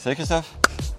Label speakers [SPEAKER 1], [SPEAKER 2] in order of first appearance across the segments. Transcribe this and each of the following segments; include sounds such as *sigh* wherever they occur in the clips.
[SPEAKER 1] Salut Christophe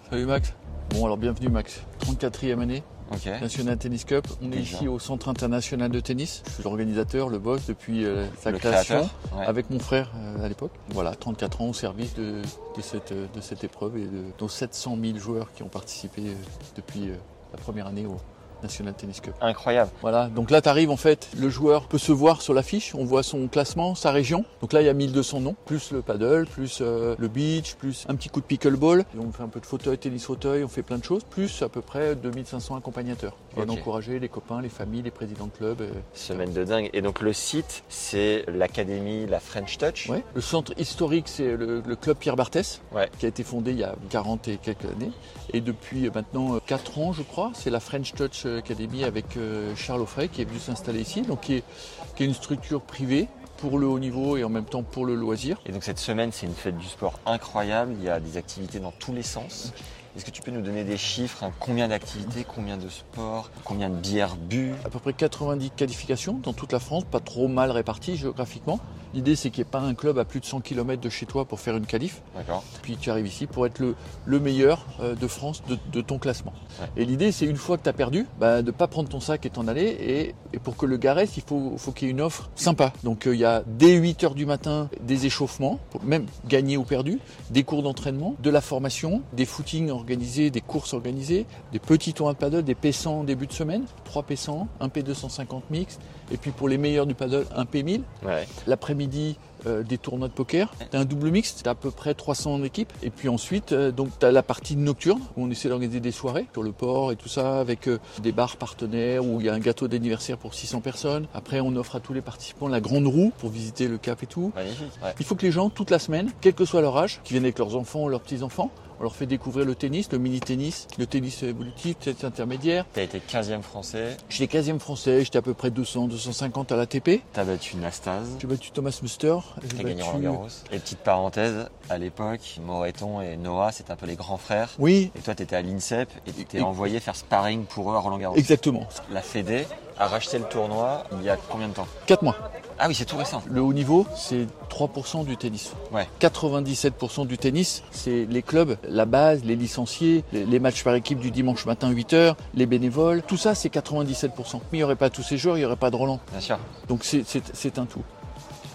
[SPEAKER 2] Salut Max.
[SPEAKER 1] Bon alors bienvenue Max, 34e année,
[SPEAKER 2] Ok.
[SPEAKER 1] National Tennis Cup. On est
[SPEAKER 2] Déjà.
[SPEAKER 1] ici au Centre International de Tennis. Je suis l'organisateur, le boss depuis euh, sa
[SPEAKER 2] Le
[SPEAKER 1] création,
[SPEAKER 2] créateur, ouais.
[SPEAKER 1] avec mon frère euh, à l'époque. Voilà, 34 ans au service de, de cette, euh, de cette épreuve et de, dont 700 000 joueurs qui ont participé euh, depuis euh, la première année au National Tennis Cup.
[SPEAKER 2] Incroyable.
[SPEAKER 1] Voilà, donc là tu arrives en fait, le joueur peut se voir sur l'affiche, on voit son classement, sa région. Donc là il y a 1200 noms, plus le paddle, plus euh, le beach, plus un petit coup de pickleball. Et on fait un peu de fauteuil, tennis fauteuil, on fait plein de choses, plus à peu près 2500 accompagnateurs qui viennent
[SPEAKER 2] Ok.
[SPEAKER 1] encourager les copains, les familles, les présidents de club. euh.
[SPEAKER 2] Semaine de dingue. Et donc le site, c'est l'académie La French Touch.
[SPEAKER 1] Ouais. Le centre historique c'est le, le club Pierre Barthès
[SPEAKER 2] Ouais.
[SPEAKER 1] qui a été fondé il y a 40 et quelques années. Et depuis euh, maintenant 4 ans je crois, c'est la French Touch Academy avec euh, Charles Offray qui est venu s'installer ici, donc qui est, qui est une structure privée pour le haut niveau et en même temps pour le loisir.
[SPEAKER 2] Et donc cette semaine, c'est une fête du sport incroyable. Il y a des activités dans tous les sens. Est-ce que tu peux nous donner des chiffres hein, Combien d'activités Combien de sports Combien de bières bues
[SPEAKER 1] à peu près 90 qualifications dans toute la France, pas trop mal réparties géographiquement. L'idée c'est qu'il n'y ait pas un club à plus de 100 km de chez toi pour faire une qualif.
[SPEAKER 2] D'accord.
[SPEAKER 1] Puis tu arrives ici pour être le, le meilleur euh, de France de, de ton classement.
[SPEAKER 2] Ouais.
[SPEAKER 1] Et l'idée c'est une fois que tu as perdu, bah, de ne pas prendre ton sac et t'en aller. Et, et pour que le gars reste, il faut, faut qu'il y ait une offre sympa. Donc euh, il y a dès 8h du matin des échauffements, pour même gagner ou perdu, des cours d'entraînement, de la formation, des footings organisés, des courses organisées, des petits tours de paddle, des P100 en début de semaine, 3 P100, un P250 mixte, et puis pour les meilleurs du paddle, un P1000.
[SPEAKER 2] Ouais.
[SPEAKER 1] L'après-midi, euh, des tournois de poker. T'as un double mixte, t'as à peu près 300 en équipe. Et puis ensuite, euh, donc t'as la partie nocturne où on essaie d'organiser des soirées sur le port et tout ça avec euh, des bars partenaires où il y a un gâteau d'anniversaire pour 600 personnes. Après, on offre à tous les participants la grande roue pour visiter le cap et tout.
[SPEAKER 2] Magnifique. Ouais.
[SPEAKER 1] Il faut que les gens, toute la semaine, quel que soit leur âge, qui viennent avec leurs enfants ou leurs petits-enfants, on leur fait découvrir le tennis, le mini-tennis, le tennis évolutif, tennis intermédiaire.
[SPEAKER 2] T'as été 15e français.
[SPEAKER 1] J'étais 15e français, j'étais à peu près 200, 250 à l'ATP.
[SPEAKER 2] T'as battu Nastase.
[SPEAKER 1] J'ai battu Thomas Muster. j'ai
[SPEAKER 2] T'as gagné
[SPEAKER 1] battu-
[SPEAKER 2] Roland Garros. Et petite parenthèse, à l'époque, Moreton et Noah, c'était un peu les grands frères.
[SPEAKER 1] Oui,
[SPEAKER 2] Et toi, t'étais à l'INSEP et t'es
[SPEAKER 1] Et-
[SPEAKER 2] envoyé faire sparring pour eux à Roland Garros.
[SPEAKER 1] Exactement,
[SPEAKER 2] La Fédé a racheté le tournoi il y a combien de temps
[SPEAKER 1] 4 mois.
[SPEAKER 2] Ah oui, c'est tout récent.
[SPEAKER 1] Le haut niveau, c'est 3% du tennis.
[SPEAKER 2] Ouais.
[SPEAKER 1] 97% du tennis, c'est les clubs, la base, les licenciés, les, les matchs par équipe du dimanche matin 8h, les bénévoles. Tout ça, c'est 97%. Mais il n'y aurait pas tous ces joueurs, il n'y aurait pas de Roland.
[SPEAKER 2] Bien sûr.
[SPEAKER 1] Donc c'est- c'est c'est un tout.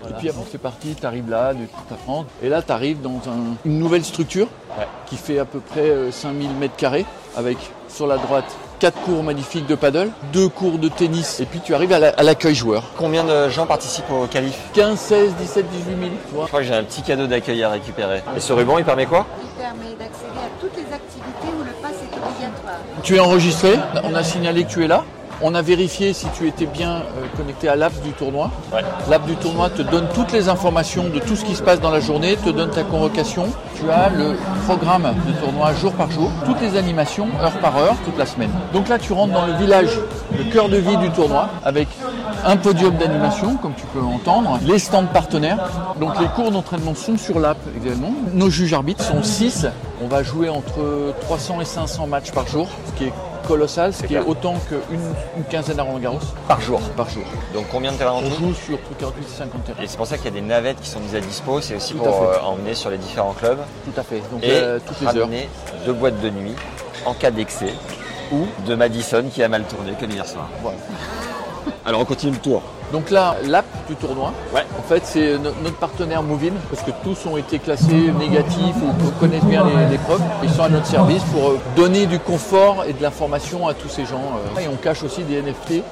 [SPEAKER 1] Et puis avant c'est parti, tu arrives là, de toute ta France, et là tu arrives dans un- une nouvelle structure
[SPEAKER 2] Ouais.
[SPEAKER 1] qui fait à peu près euh, 5000 mètres carrés, avec sur la droite quatre cours magnifiques de paddle, deux cours de tennis, et puis tu arrives à la- à l'accueil joueur.
[SPEAKER 2] Combien de gens participent au qualif
[SPEAKER 1] 15, 16, 17, 18 000, tu vois.
[SPEAKER 2] Je crois que j'ai un petit cadeau d'accueil à récupérer. Et ce ruban, il permet quoi
[SPEAKER 3] Il permet d'accéder à toutes les activités où le pass est obligatoire.
[SPEAKER 1] Tu es enregistré, on a signalé que tu es là. On a vérifié si tu étais bien euh, connecté à l'app du tournoi.
[SPEAKER 2] Ouais.
[SPEAKER 1] L'app du tournoi te donne toutes les informations de tout ce qui se passe dans la journée, te donne ta convocation. Tu as le programme de tournoi jour par jour, toutes les animations, heure par heure, toute la semaine. Donc là, tu rentres dans le village, le cœur de vie du tournoi, avec un podium d'animation, comme tu peux entendre, les stands partenaires. Donc les cours d'entraînement sont sur l'app également. Nos juges arbitres sont 6. On va jouer entre 300 et 500 matchs par jour, ce qui est colossal, ce qui
[SPEAKER 2] clair.
[SPEAKER 1] est autant qu'une une quinzaine à Roland-Garros
[SPEAKER 2] Par jour.
[SPEAKER 1] par jour.
[SPEAKER 2] Donc combien de terrains en
[SPEAKER 1] On
[SPEAKER 2] tout
[SPEAKER 1] joue sur 48 et 50 terrains.
[SPEAKER 2] Et c'est pour ça qu'il y a des navettes qui sont mises à dispo. C'est aussi
[SPEAKER 1] Tout à
[SPEAKER 2] pour
[SPEAKER 1] fait.
[SPEAKER 2] euh, emmener sur les différents clubs.
[SPEAKER 1] Tout à fait. Donc
[SPEAKER 2] Et
[SPEAKER 1] euh, toutes les heures.
[SPEAKER 2] ramener deux boîtes de nuit en cas d'excès ou de Madison qui a mal tourné comme hier soir.
[SPEAKER 1] Voilà.
[SPEAKER 2] Alors on continue le tour.
[SPEAKER 1] Donc là, l'app du tournoi,
[SPEAKER 2] Ouais.
[SPEAKER 1] en fait, c'est no- notre partenaire Movin, parce que tous ont été classés négatifs ou ou connaissent bien les- l'épreuve. Ils sont à notre service pour euh, donner du confort et de l'information à tous ces gens. euh. Et on cache aussi des NFT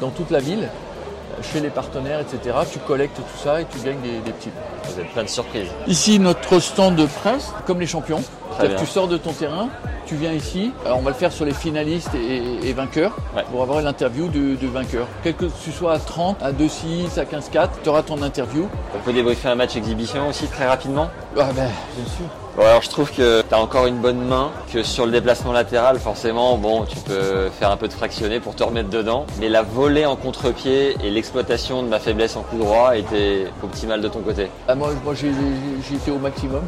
[SPEAKER 1] dans toute la ville, euh, chez les partenaires, etc. Tu collectes tout ça et tu gagnes des, des petits.
[SPEAKER 2] Vous êtes plein de surprises.
[SPEAKER 1] Ici, notre stand de presse, comme les champions. C'est-à-dire
[SPEAKER 2] bien.
[SPEAKER 1] que tu sors de ton terrain, tu viens ici, alors on va le faire sur les finalistes et, et vainqueurs
[SPEAKER 2] Ouais.
[SPEAKER 1] pour avoir l'interview du, du vainqueur. Quel que tu sois à 30, à 2-6, à 15-4, tu auras ton interview.
[SPEAKER 2] On peut débriefer un match exhibition aussi très rapidement
[SPEAKER 1] Ah ben, bien sûr.
[SPEAKER 2] Bon, alors je trouve que t'as encore une bonne main, que sur le déplacement latéral, forcément, bon, tu peux faire un peu de fractionné pour te remettre dedans. Mais la volée en contre-pied et l'exploitation de ma faiblesse en coup droit était optimale de ton côté. *laughs*
[SPEAKER 1] Ah, moi, moi j'ai j'ai- j'ai été au maximum.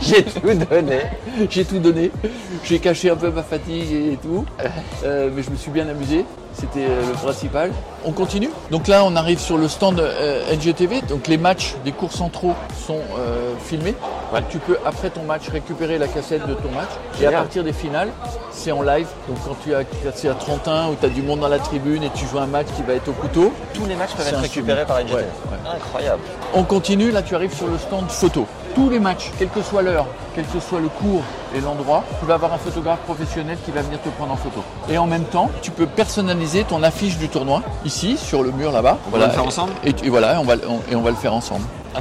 [SPEAKER 2] J'ai tout donné.
[SPEAKER 1] *laughs* J'ai tout donné. J'ai caché un peu ma fatigue et tout. Euh, mais je me suis bien amusé. C'était euh, le principal. On continue. Donc là, on arrive sur le stand euh, NGTV. Donc les matchs des cours centraux sont euh, filmés.
[SPEAKER 2] Ouais.
[SPEAKER 1] Tu peux, après ton match, récupérer la cassette de ton match. Et à
[SPEAKER 2] Génial.
[SPEAKER 1] partir des finales, c'est en live. Donc quand tu as- tu es à 31 ou tu as du monde dans la tribune et tu joues un match qui va être au couteau,
[SPEAKER 2] Tous les matchs peuvent
[SPEAKER 1] C'est
[SPEAKER 2] être
[SPEAKER 1] un
[SPEAKER 2] récupérés
[SPEAKER 1] souvenir.
[SPEAKER 2] par NGT.
[SPEAKER 1] Ouais, ouais.
[SPEAKER 2] Incroyable.
[SPEAKER 1] on continue, là tu arrives sur le stand photo. Tous les matchs, quelle que soit l'heure, quel que soit le cours et l'endroit, tu vas avoir un photographe professionnel qui va venir te prendre en photo. Et en même temps, tu peux personnaliser ton affiche du tournoi, ici, sur le mur là-bas.
[SPEAKER 2] On va le faire ensemble
[SPEAKER 1] et, et voilà, on va, le- on- et on va le faire ensemble. *laughs*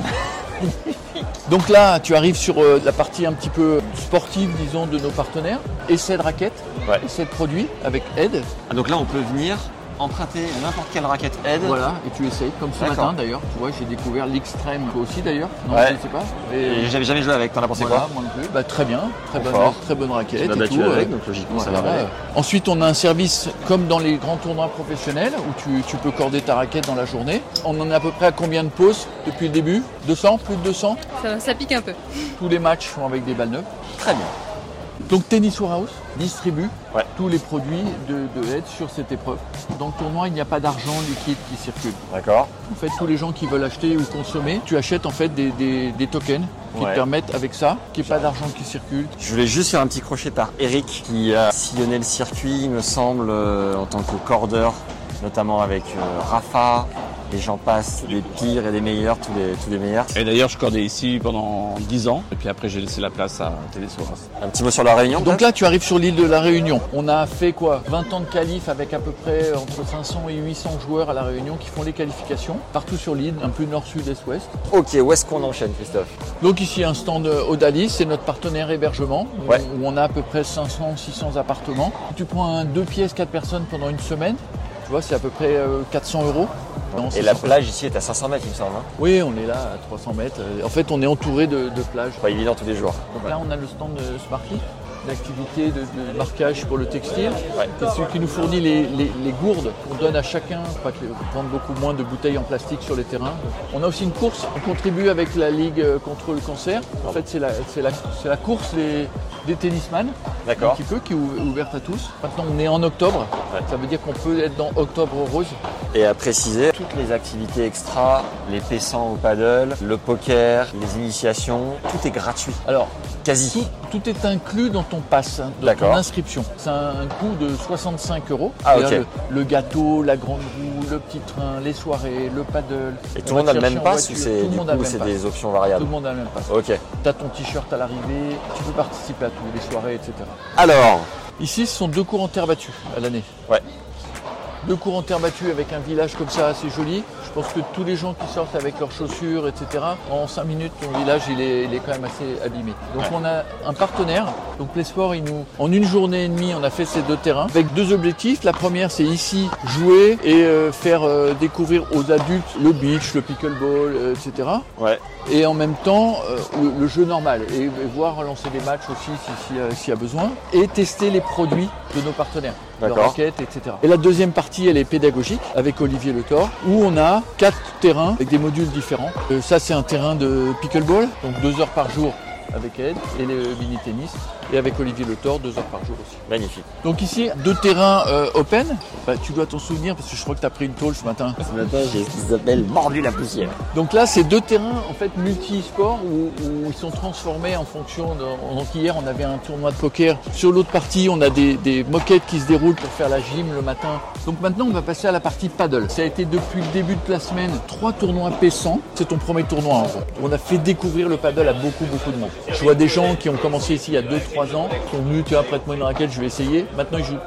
[SPEAKER 1] Donc là, tu arrives sur euh, la partie un petit peu sportive, disons, de nos partenaires. Essai de raquette,
[SPEAKER 2] Ouais.
[SPEAKER 1] essai de produit avec aide.
[SPEAKER 2] Ah, donc là, on peut venir emprunter n'importe quelle raquette aide.
[SPEAKER 1] Voilà, et tu essayes, comme ce
[SPEAKER 2] D'accord.
[SPEAKER 1] matin d'ailleurs. Tu vois, j'ai découvert l'extrême toi aussi d'ailleurs. Non,
[SPEAKER 2] Ouais.
[SPEAKER 1] je ne sais pas.
[SPEAKER 2] Et J'avais jamais joué avec, t'en as pensé
[SPEAKER 1] Voilà,
[SPEAKER 2] quoi
[SPEAKER 1] moi non plus. Bah, très bien, très bonne,
[SPEAKER 2] Confort.
[SPEAKER 1] très bonne raquette.
[SPEAKER 2] Bah, Tu m'as
[SPEAKER 1] et
[SPEAKER 2] battu
[SPEAKER 1] tout,
[SPEAKER 2] avec,
[SPEAKER 1] euh,
[SPEAKER 2] donc logiquement, ça
[SPEAKER 1] voilà.
[SPEAKER 2] va m'aller.
[SPEAKER 1] Ensuite, on a un service comme dans les grands tournois professionnels où tu, tu peux corder ta raquette dans la journée. On en est à peu près à combien de pauses depuis le début 200 Plus de 200
[SPEAKER 4] Ça, ça pique un peu.
[SPEAKER 1] Tous les matchs sont avec des balles neuves.
[SPEAKER 2] Très bien.
[SPEAKER 1] Donc Tennis Warehouse distribue
[SPEAKER 2] Ouais.
[SPEAKER 1] tous les produits de, de aide sur cette épreuve. Dans le tournoi, il n'y a pas d'argent liquide qui circule.
[SPEAKER 2] D'accord.
[SPEAKER 1] En fait, tous les gens qui veulent acheter ou consommer, tu achètes en fait des, des- des tokens qui
[SPEAKER 2] Ouais.
[SPEAKER 1] te permettent avec ça qu'il n'y ait pas d'argent qui circule.
[SPEAKER 2] Je voulais juste faire un petit crochet par Eric qui a sillonné le circuit, il me semble, euh, en tant que cordeur, notamment avec euh, Rafa. Et j'en passe des pires et des meilleurs, tous les, tous les meilleurs.
[SPEAKER 5] Et d'ailleurs, je cordais ici pendant 10 ans. Et puis après, j'ai laissé la place à Tennis Horace.
[SPEAKER 2] Un petit mot sur la réunion
[SPEAKER 1] Donc
[SPEAKER 2] peut-être
[SPEAKER 1] là, tu arrives sur l'île de la Réunion. On a fait quoi 20 ans de qualif avec à peu près entre 500 et 800 joueurs à la Réunion qui font les qualifications partout sur l'île, un peu nord, sud, est, ouest.
[SPEAKER 2] Ok, où est-ce qu'on enchaîne, Christophe
[SPEAKER 1] Donc ici, un stand euh, Odalis, c'est notre partenaire hébergement où-
[SPEAKER 2] Ouais.
[SPEAKER 1] où on a à peu près 500, 600 appartements. Tu prends un deux pièces, quatre personnes pendant une semaine. Tu vois, c'est à peu près euh, 400 euros. Non,
[SPEAKER 2] Et
[SPEAKER 1] 600.
[SPEAKER 2] la plage ici est à 500 mètres, il me semble. hein.
[SPEAKER 1] Oui, on est là à 300 mètres. Euh, En fait, on est entouré de, de plages.
[SPEAKER 2] Pas évident tous les jours.
[SPEAKER 1] Donc là, on a le stand de Sparky, d'activité de, de marquage pour le textile. C'est celui qui nous fournit les, les- les gourdes qu'on donne à chacun, pour pas que les- pour prendre beaucoup moins de bouteilles en plastique sur les terrains. On a aussi une course, on contribue avec la Ligue euh, contre le cancer. En fait, c'est la, c'est la- c'est la course des, des tennisman, un
[SPEAKER 2] D'accord.
[SPEAKER 1] petit peu, qui est ou- ouverte à tous. Maintenant, on est en octobre, ça veut dire qu'on peut être dans Octobre Rose.
[SPEAKER 2] Et à préciser, toutes les activités extra, les pessants au paddle, le poker, les initiations, tout est gratuit.
[SPEAKER 1] Alors,
[SPEAKER 2] Quasi.
[SPEAKER 1] Tout, tout est inclus dans ton pass, hein, dans ton
[SPEAKER 2] D'accord.
[SPEAKER 1] inscription. C'est un, un coût de 65 euros.
[SPEAKER 2] Ah,
[SPEAKER 1] C'est-à-dire
[SPEAKER 2] ok.
[SPEAKER 1] Le, le gâteau, la grande roue, le petit train, les soirées, le paddle.
[SPEAKER 2] Et
[SPEAKER 1] On
[SPEAKER 2] tout le
[SPEAKER 1] va
[SPEAKER 2] monde a
[SPEAKER 1] te
[SPEAKER 2] le
[SPEAKER 1] chercher
[SPEAKER 2] même
[SPEAKER 1] en
[SPEAKER 2] pass ou
[SPEAKER 1] voiture.
[SPEAKER 2] c'est
[SPEAKER 1] Tout le
[SPEAKER 2] du
[SPEAKER 1] monde a le
[SPEAKER 2] coup
[SPEAKER 1] même
[SPEAKER 2] c'est
[SPEAKER 1] pass.
[SPEAKER 2] des options
[SPEAKER 1] Tout
[SPEAKER 2] variables
[SPEAKER 1] le monde a le même pass.
[SPEAKER 2] Ok.
[SPEAKER 1] T'as ton t-shirt à l'arrivée, tu peux participer à toutes les soirées, etc.
[SPEAKER 2] Alors,
[SPEAKER 1] Ici, ce sont deux cours en terre battue à l'année.
[SPEAKER 2] Ouais.
[SPEAKER 1] Deux cours en terre battue avec un village comme ça assez joli. Je pense que tous les gens qui sortent avec leurs chaussures, etc., en cinq minutes, ton village, il est, il est quand même assez abîmé. Donc on a un partenaire. Donc Plesport, il nous, en une journée et demie, on a fait ces deux terrains avec deux objectifs. La première, c'est ici jouer et euh, faire euh, découvrir aux adultes le beach, le pickleball, euh, etc.
[SPEAKER 2] ouais.
[SPEAKER 1] Et en même temps, euh, le, le jeu normal. Et, et voir lancer des matchs aussi si- si, euh, s'il y a besoin. Et tester les produits de nos partenaires leurs
[SPEAKER 2] D'accord.
[SPEAKER 1] raquettes, etc. Et la deuxième partie, elle est pédagogique avec Olivier Le Thor, où on a quatre terrains avec des modules différents. Euh, ça, c'est un terrain de pickleball, donc deux heures par jour avec Ed et le mini tennis, et avec Olivier Le Thor, deux heures par jour aussi.
[SPEAKER 2] Magnifique.
[SPEAKER 1] Donc ici, deux terrains euh, open. Bah, tu dois t'en souvenir parce que je crois que tu as pris une tôle ce matin.
[SPEAKER 2] Ce matin, j'ai ce qui s'appelle mordu la poussière.
[SPEAKER 1] Donc là, c'est deux terrains en fait multi-sport où, où ils sont transformés en fonction. De... Donc hier, on avait un tournoi de poker. Sur l'autre partie, on a des, des moquettes qui se déroulent pour faire la gym le matin. Donc maintenant, on va passer à la partie paddle. Ça a été depuis le début de la semaine trois tournois paissants. C'est ton premier tournoi en gros. On a fait découvrir le paddle à beaucoup beaucoup de monde. Je vois des gens qui ont commencé ici il y a 2-3 ans, qui sont venus, tu vois, prête-moi une raquette, je vais essayer. Maintenant, ils jouent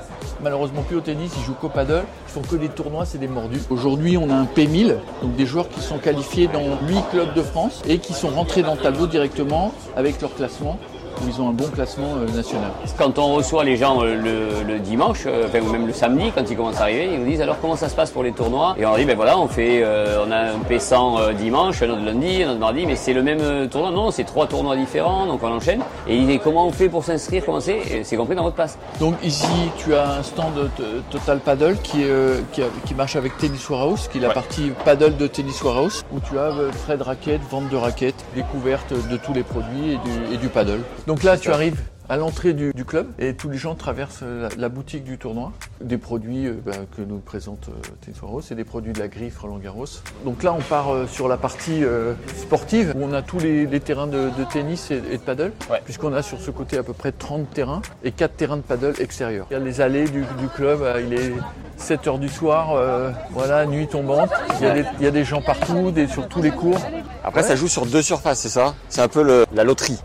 [SPEAKER 1] malheureusement plus au tennis, ils jouent qu'au paddle, ils font que des tournois, c'est des mordus. Aujourd'hui, on a un P1000, donc des joueurs qui sont qualifiés dans 8 clubs de France et qui sont rentrés dans le tableau directement avec leur classement où ils ont un bon classement euh, national.
[SPEAKER 4] Quand on reçoit les gens euh, le, le dimanche, euh, enfin, ou même le samedi, quand ils commencent à arriver, ils nous disent alors comment ça se passe pour les tournois Et on leur dit ben voilà, on fait, euh, on a un P100 euh, dimanche, un autre lundi, un autre mardi, mais c'est le même euh, tournoi Non, c'est trois tournois différents, donc on enchaîne. Et ils disent comment on fait pour s'inscrire Comment c'est Et C'est compris dans votre passe.
[SPEAKER 1] Donc ici, tu as un stand de t- Total Paddle qui, est, euh, qui, a- qui marche avec Tennis Warehouse, qui est la
[SPEAKER 4] Ouais.
[SPEAKER 1] partie paddle de Tennis Warehouse, où tu as euh, frais de raquettes, vente de raquettes, découverte de tous les produits et du, et du paddle. Donc là, tu arrives à l'entrée du, du club et tous les gens traversent euh, la, la boutique du tournoi, des produits euh, bah, que nous présente euh, Tennis Warehouse et des produits de la griffe Roland Garros. Donc là, on part euh, sur la partie euh, sportive où on a tous les, les terrains de, de tennis et, et de paddle,
[SPEAKER 4] Ouais.
[SPEAKER 1] puisqu'on a sur ce côté à peu près 30 terrains et 4 terrains de paddle extérieurs. Il y a les allées du, du club, euh, il est 7 heures du soir, euh, voilà, nuit tombante. Il y, a des, il y a des gens partout, des, sur tous les cours.
[SPEAKER 2] Après, ça joue sur deux surfaces, c'est ça C'est un peu le- la loterie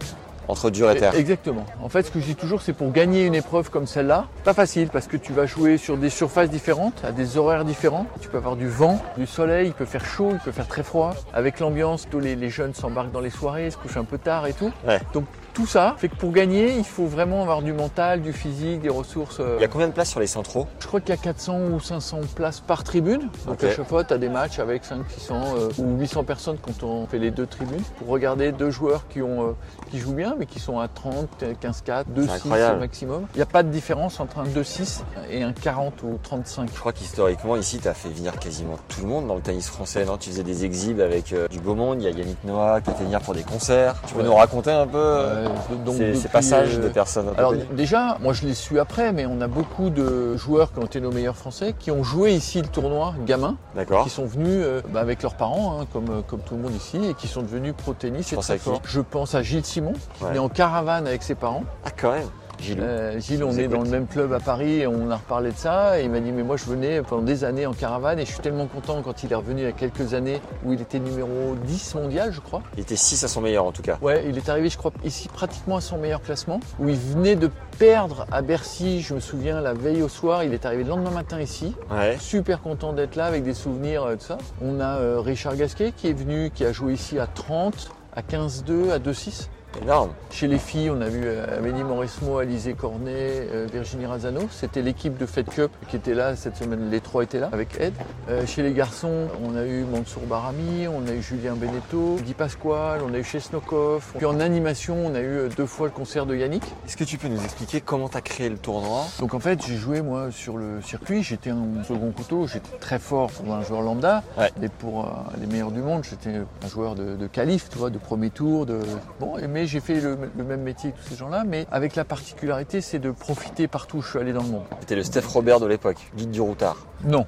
[SPEAKER 2] entre dur et terre.
[SPEAKER 1] Exactement. En fait, ce que je dis toujours, c'est pour gagner une épreuve comme celle-là, pas facile parce que tu vas jouer sur des surfaces différentes, à des horaires différents. Tu peux avoir du vent, du soleil, il peut faire chaud, il peut faire très froid. Avec l'ambiance, tous les, les jeunes s'embarquent dans les soirées, se couchent un peu tard et tout.
[SPEAKER 2] Ouais.
[SPEAKER 1] Donc tout ça fait que pour gagner, il faut vraiment avoir du mental, du physique, des ressources. euh,
[SPEAKER 2] Il y a combien de places sur les centraux
[SPEAKER 1] je crois qu'il y a 400 ou 500 places par tribune. Donc
[SPEAKER 2] Ok.
[SPEAKER 1] à chaque fois, tu as des matchs avec 500, 600 euh, ou 800 personnes quand on fait les deux tribunes pour regarder deux joueurs qui, ont, euh, qui jouent bien, mais qui sont à 30, 15-4, 2-6
[SPEAKER 2] incroyable.
[SPEAKER 1] au maximum. Il n'y a pas de différence entre un 2-6 et un 40 ou 35.
[SPEAKER 2] Je crois qu'historiquement, ici, tu as fait venir quasiment tout le monde dans le tennis français. Non tu faisais des exhibs avec euh, du beau monde. Il y a Yannick Noah qui a fait venir pour des concerts. Tu peux
[SPEAKER 1] Ouais.
[SPEAKER 2] nous raconter un peu euh,
[SPEAKER 1] Euh, donc
[SPEAKER 2] ces, ces
[SPEAKER 1] depuis,
[SPEAKER 2] passages
[SPEAKER 1] euh,
[SPEAKER 2] de personnes un peu
[SPEAKER 1] Alors
[SPEAKER 2] connues
[SPEAKER 1] déjà, moi je l'ai su après, mais on a beaucoup de joueurs qui ont été nos meilleurs français, qui ont joué ici le tournoi gamin,
[SPEAKER 2] D'accord.
[SPEAKER 1] qui sont venus euh, bah, avec leurs parents, hein, comme, euh, comme tout le monde ici, et qui sont devenus pro-tennis. et
[SPEAKER 2] penses
[SPEAKER 1] très
[SPEAKER 2] à qui
[SPEAKER 1] forts. Je pense à Gilles Simon, qui
[SPEAKER 2] Ouais.
[SPEAKER 1] venait en caravane avec ses parents.
[SPEAKER 2] Ah, quand même. Gilou.
[SPEAKER 1] Euh, Gilles,
[SPEAKER 2] Je
[SPEAKER 1] on
[SPEAKER 2] vous
[SPEAKER 1] est dans
[SPEAKER 2] écoute.
[SPEAKER 1] le même club à Paris, et on a reparlé de ça, et il m'a dit, mais moi je venais pendant des années en caravane, et je suis tellement content quand il est revenu il y a quelques années, où il était numéro 10 mondial, je crois.
[SPEAKER 2] Il était 6 à son meilleur, en tout cas.
[SPEAKER 1] Ouais, il est arrivé, je crois, ici pratiquement à son meilleur classement, où il venait de perdre à Bercy, je me souviens, la veille au soir, il est arrivé le lendemain matin ici,
[SPEAKER 2] Ouais.
[SPEAKER 1] Super content d'être là avec des souvenirs euh, de ça. On a euh, Richard Gasquet qui est venu, qui a joué ici à 30, à 15-2, à 2-6.
[SPEAKER 2] Énorme.
[SPEAKER 1] Chez les filles, on a vu euh, Amélie Mauresmo, Alizé Cornet, euh, Virginie Razano. C'était l'équipe de Fed Cup qui était là cette semaine. Les trois étaient là avec Ed. Euh, chez les garçons, on a eu Mansour Barami, on a eu Julien Beneteau, Guy Pasquale, on a eu Chesnokov. Puis en animation, on a eu euh, deux fois le concert de Yannick.
[SPEAKER 2] Est-ce que tu peux nous expliquer comment tu as créé le tournoi
[SPEAKER 1] Donc en fait, j'ai joué moi sur le circuit, j'étais un second couteau, j'étais très fort pour un joueur lambda,
[SPEAKER 2] Ouais.
[SPEAKER 1] et pour euh, les meilleurs du monde, j'étais un joueur de, de qualif, tu vois, de premier tour, de bon. et- Mais j'ai fait le, le même métier que tous ces gens-là, mais avec la particularité, c'est de profiter partout où je suis allé dans le monde.
[SPEAKER 2] C'était le Steph Robert de l'époque, guide du routard.
[SPEAKER 1] Non,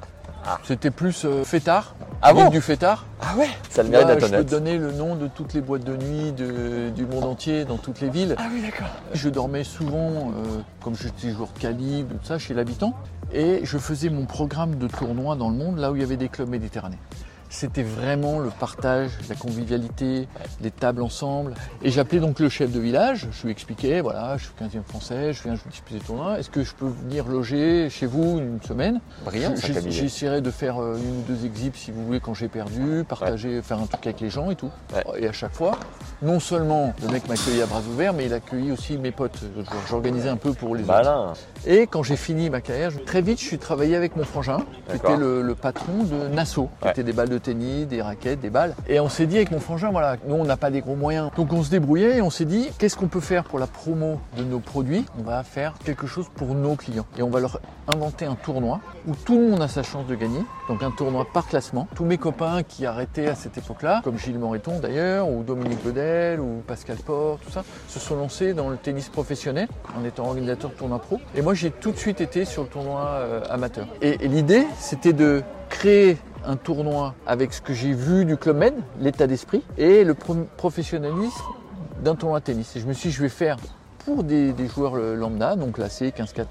[SPEAKER 1] c'était plus euh, fêtard,
[SPEAKER 2] Ah
[SPEAKER 1] guide
[SPEAKER 2] bon
[SPEAKER 1] du fêtard.
[SPEAKER 2] Ah ouais Ça a le
[SPEAKER 1] Là,
[SPEAKER 2] mérite d'être
[SPEAKER 1] je peux
[SPEAKER 2] honnête.
[SPEAKER 1] te donner le nom de toutes les boîtes de nuit de- du monde entier, dans toutes les villes. Ah oui, d'accord. Je dormais souvent, euh, comme j'étais joueur de calibre, tout ça, chez l'habitant. Et je faisais mon programme de tournoi dans le monde, là où il y avait des clubs méditerranéens. C'était vraiment le partage, la convivialité, les tables ensemble. Et j'appelais donc le chef de village, je lui expliquais, voilà, je suis 15e français, je viens disputer le tournoi, est-ce que je peux venir loger chez vous une semaine
[SPEAKER 2] Brillant, ça,
[SPEAKER 1] J'ai-
[SPEAKER 2] comme idée.
[SPEAKER 1] J'essaierai de faire euh, une ou deux exhibits si vous voulez quand j'ai perdu, partager, faire un truc avec les gens et tout.
[SPEAKER 2] Ouais.
[SPEAKER 1] Et à chaque fois, non seulement le mec m'accueillait à bras ouverts, mais il accueillit aussi mes potes. Je- J'organisais un peu pour les autres.
[SPEAKER 2] Malin.
[SPEAKER 1] Et quand j'ai fini ma carrière, je- très vite, je suis travaillé avec mon frangin, qui
[SPEAKER 2] D'accord.
[SPEAKER 1] était le, le patron de Nassau, qui
[SPEAKER 2] Ouais.
[SPEAKER 1] était des balles de tennis, des raquettes, des balles. Et on s'est dit avec mon frangin, voilà, nous on n'a pas des gros moyens. Donc on se débrouillait et on s'est dit, qu'est-ce qu'on peut faire pour la promo de nos produits On va faire quelque chose pour nos clients. Et on va leur inventer un tournoi où tout le monde a sa chance de gagner. Donc un tournoi par classement. Tous mes copains qui arrêtaient à cette époque-là, comme Gilles Moreton d'ailleurs, ou Dominique Bedel, ou Pascal Port, tout ça, se sont lancés dans le tennis professionnel en étant organisateur de tournoi pro. Et moi, j'ai tout de suite été sur le tournoi euh, amateur. Et, et l'idée, c'était de créer un tournoi avec ce que j'ai vu du Club Med, l'état d'esprit, et le pro- professionnalisme d'un tournoi de tennis. Et je me suis dit, je vais faire pour des, des joueurs euh, lambda, donc classés 15-4, 15-3,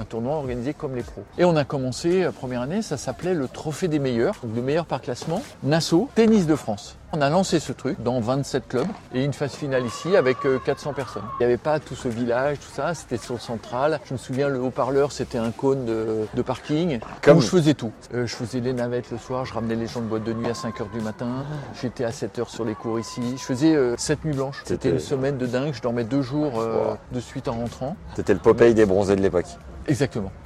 [SPEAKER 1] un tournoi organisé comme les pros. Et on a commencé, euh, première année, ça s'appelait le Trophée des meilleurs, donc le meilleur par classement, Nassau, Tennis de France. On a lancé ce truc dans 27 clubs et une phase finale ici avec euh, 400 personnes. Il n'y avait pas tout ce village, tout ça, c'était sur le central. Je me souviens, le haut-parleur, c'était un cône de, de parking
[SPEAKER 2] Comme-
[SPEAKER 1] où je faisais tout. Euh, je faisais les navettes le soir, je ramenais les gens de boîte de nuit à 5h du matin, j'étais à 7h sur les cours ici. Je faisais 7 nuits blanches. C'était
[SPEAKER 2] C'était-
[SPEAKER 1] une semaine de dingue, je dormais deux jours euh, de suite en rentrant.
[SPEAKER 2] C'était le Popeye des bronzés de l'époque.
[SPEAKER 1] Exactement. *laughs*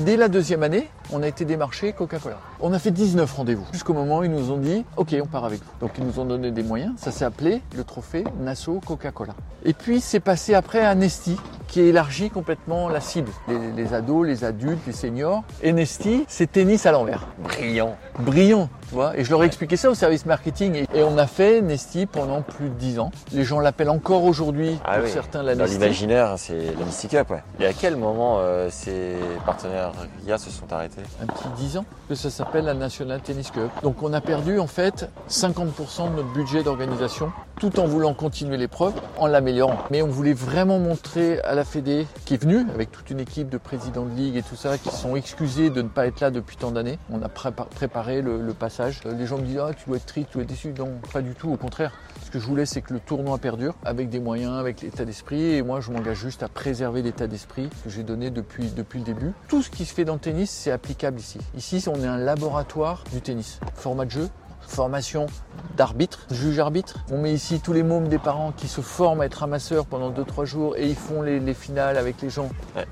[SPEAKER 1] Dès la deuxième année, on a été démarché Coca-Cola. On a fait 19 rendez-vous jusqu'au moment où ils nous ont dit OK, on part avec vous. Donc ils nous ont donné des moyens. Ça s'est appelé le trophée Nassau Coca-Cola. Et puis c'est passé après à Nesti, qui élargit complètement la cible. Les, les ados, les adultes, les seniors. Et Nesti, c'est tennis à l'envers
[SPEAKER 2] Brillant.
[SPEAKER 1] brillant, tu vois. Et je leur ai expliqué ça au service marketing. Et- Et on a fait Nesti pendant plus de 10 ans. Les gens l'appellent encore aujourd'hui,
[SPEAKER 2] Ah
[SPEAKER 1] pour
[SPEAKER 2] oui.
[SPEAKER 1] certains, la
[SPEAKER 2] Dans
[SPEAKER 1] Nesti.
[SPEAKER 2] l'imaginaire, c'est la Mystic Up, ouais. Et à quel moment euh, ces partenariats se sont arrêtés
[SPEAKER 1] Un petit 10 ans, que ça s'appelle la National Tennis Cup. Donc on a perdu en fait 50% de notre budget d'organisation, tout en voulant continuer l'épreuve, en l'améliorant. Mais on voulait vraiment montrer à la Fédé, qui est venue, avec toute une équipe de présidents de ligue et tout ça, qui sont excusés de ne pas être là depuis tant d'années. On a prépa- préparé le, le passage. Euh, Les gens me disent, ah, tu dois être triste, tu dois être déçu. Non, pas du tout, au contraire. Ce que je voulais, c'est que le tournoi perdure avec des moyens, avec l'état d'esprit. Et moi, je m'engage juste à préserver l'état d'esprit que j'ai donné depuis, depuis le début. Tout ce qui se fait dans le tennis, c'est applicable ici. Ici, on est un laboratoire du tennis. Format de jeu, formation d'arbitre, juge-arbitre. On met ici tous les mômes des parents qui se forment à être amasseurs pendant 2-3 jours et ils font les, les finales avec les gens.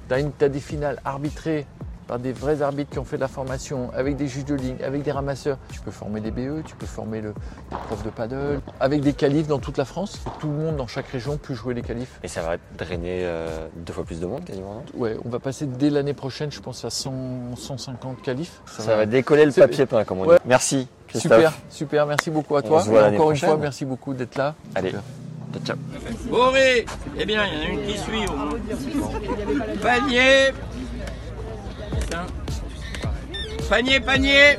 [SPEAKER 1] T'as une- t'as des finales arbitrées par des vrais arbitres qui ont fait de la formation, avec des juges de ligne, avec des ramasseurs. Tu peux former des BE, tu peux former le, le prof de paddle, avec des qualifs dans toute la France. Tout le monde dans chaque région peut jouer les qualifs.
[SPEAKER 2] Et ça va drainer euh, deux fois plus de monde quasiment, non
[SPEAKER 1] Ouais, on va passer dès l'année prochaine, je pense, à 100, 150 qualifs.
[SPEAKER 2] Ça, va décoller le
[SPEAKER 1] C'est-
[SPEAKER 2] papier peint, comme on
[SPEAKER 1] Ouais.
[SPEAKER 2] dit. Merci, Christophe.
[SPEAKER 1] Super, super, merci beaucoup à
[SPEAKER 2] On
[SPEAKER 1] toi.
[SPEAKER 2] se voit
[SPEAKER 1] Et
[SPEAKER 2] l'année
[SPEAKER 1] encore une
[SPEAKER 2] prochaine.
[SPEAKER 1] fois, merci beaucoup d'être là. euh,
[SPEAKER 2] Allez, ciao.
[SPEAKER 6] Boré Eh bien, il y en a une qui suit au moins. Panier Putain. Panier, panier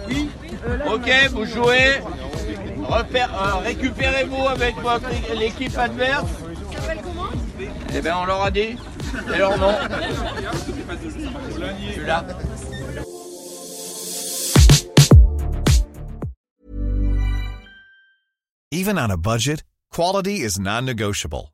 [SPEAKER 6] Ok, vous jouez. Repère- euh, Récupérez-vous avec votre é- l'équipe adverse. Eh bien, on leur a dit. Et leur nom. Celui-là.
[SPEAKER 7] Even on a budget, quality is non-negotiable.